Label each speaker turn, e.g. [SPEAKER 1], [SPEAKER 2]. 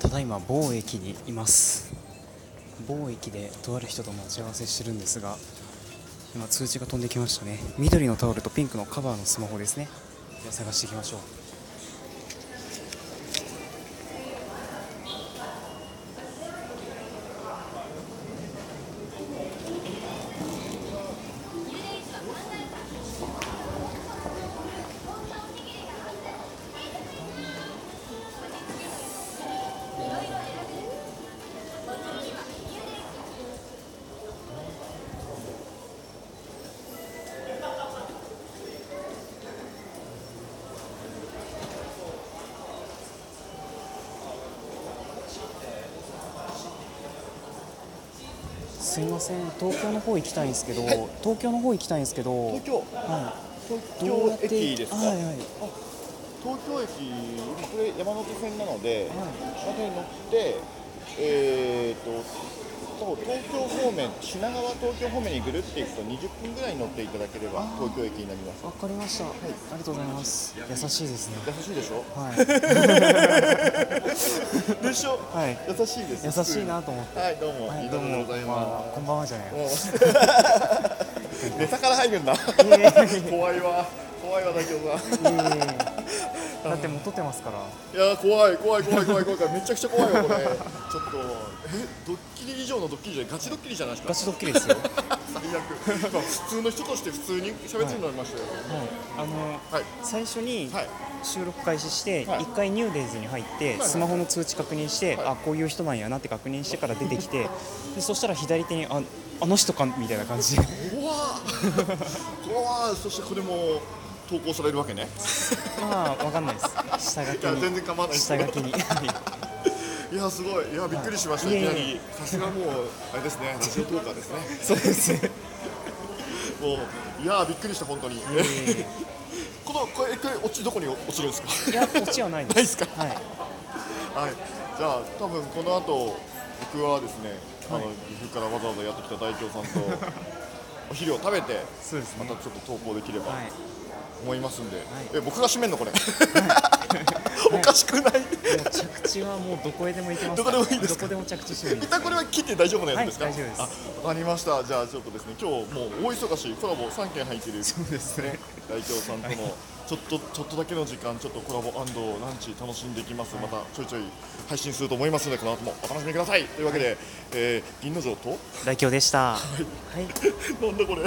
[SPEAKER 1] ただいま某駅にいます某駅でとある人と待ち合わせしてるんですが今通知が飛んできましたね緑のタオルとピンクのカバーのスマホですねでは探していきましょうすいません東京の方行きたいんですけど、東京の方行きたいんですけど
[SPEAKER 2] 東京
[SPEAKER 1] は
[SPEAKER 2] 東
[SPEAKER 1] い、どうや
[SPEAKER 2] 京
[SPEAKER 1] って
[SPEAKER 2] 駅ですか、
[SPEAKER 1] はいはい
[SPEAKER 2] 東京駅これ山手線なので、
[SPEAKER 1] は
[SPEAKER 2] まで乗ってえっ、と多分東京方面品川東京方面にぐるっていくと20分ぐらいに乗っていただければ
[SPEAKER 1] あー
[SPEAKER 2] 東京駅になります
[SPEAKER 1] わかりました、ありがとうございます優しいですね
[SPEAKER 2] 優しいで しょ
[SPEAKER 1] はい、
[SPEAKER 2] でしょ
[SPEAKER 1] はい、
[SPEAKER 2] 優しいです
[SPEAKER 1] 優しいなと思って
[SPEAKER 2] はいどうも、、
[SPEAKER 1] はいい
[SPEAKER 2] どうもございま
[SPEAKER 1] あこんばんはじゃない
[SPEAKER 2] すもうネタから入るん だ怖いわ怖いわだけどさ
[SPEAKER 1] いやいやいやだってもう撮ってますから
[SPEAKER 2] いやー怖い怖い怖い怖い怖いめちゃくちゃ怖いわこれちょっとえドッキリ以上のドッキリじゃないガチドッキリじゃないですか
[SPEAKER 1] ガチドッキリですよ、はい、
[SPEAKER 2] 最悪まあ普通の人として普通に喋ってるようになりましたよ
[SPEAKER 1] あの
[SPEAKER 2] はい
[SPEAKER 1] 最初に
[SPEAKER 2] はい
[SPEAKER 1] 収録開始して
[SPEAKER 2] はい
[SPEAKER 1] 1回ニューデイズに入って
[SPEAKER 2] はい
[SPEAKER 1] スマホの通知確認して
[SPEAKER 2] はい
[SPEAKER 1] あこういう人なんやなって確認してから出てきてでそしたら左手にああの人かみたいな感 じで
[SPEAKER 2] 怖わー怖わーそしてこれも投稿されるわけね
[SPEAKER 1] まあわかんないです下書き
[SPEAKER 2] いや全然
[SPEAKER 1] に
[SPEAKER 2] 構わないです
[SPEAKER 1] 下書 きにはい
[SPEAKER 2] いやすごいいやびっくりしました
[SPEAKER 1] はい
[SPEAKER 2] いきない
[SPEAKER 1] えい
[SPEAKER 2] りさすがもうあれですねラジオトーカーですね
[SPEAKER 1] そうですね
[SPEAKER 2] もういやーびっくりした本当にこのこれこれ落ちどこに落ちるんですか
[SPEAKER 1] いや落ちはないで
[SPEAKER 2] ないっすか
[SPEAKER 1] はい
[SPEAKER 2] はい、じゃあ多分この後僕はですね、
[SPEAKER 1] はい
[SPEAKER 2] あの岐阜からわざわざやってきた大京さんとお昼を食べて
[SPEAKER 1] そうです
[SPEAKER 2] ま
[SPEAKER 1] ね
[SPEAKER 2] たちょっと投稿できれば
[SPEAKER 1] はい
[SPEAKER 2] 思いますんで、
[SPEAKER 1] い
[SPEAKER 2] え僕が締めんのこれ、 おかしくない
[SPEAKER 1] もう着地はもうどこへでも行けます
[SPEAKER 2] どこでもいいです
[SPEAKER 1] どこでも着地してもいいで
[SPEAKER 2] 一
[SPEAKER 1] す
[SPEAKER 2] 旦これは切って大丈夫なやつですか、
[SPEAKER 1] はい大丈夫です
[SPEAKER 2] あわかりましたじゃあちょっとですね今日もう大忙しいコラボ3件入ってる
[SPEAKER 1] そうですね
[SPEAKER 2] 大京さんとのちょっとちょっとだけの時間ちょっとコラボランチ楽しんでいきます、またちょいちょい配信すると思いますのでこの後もお楽しみくださいというわけで、えー銀の城と
[SPEAKER 1] 大京でしたはい
[SPEAKER 2] なんだこれ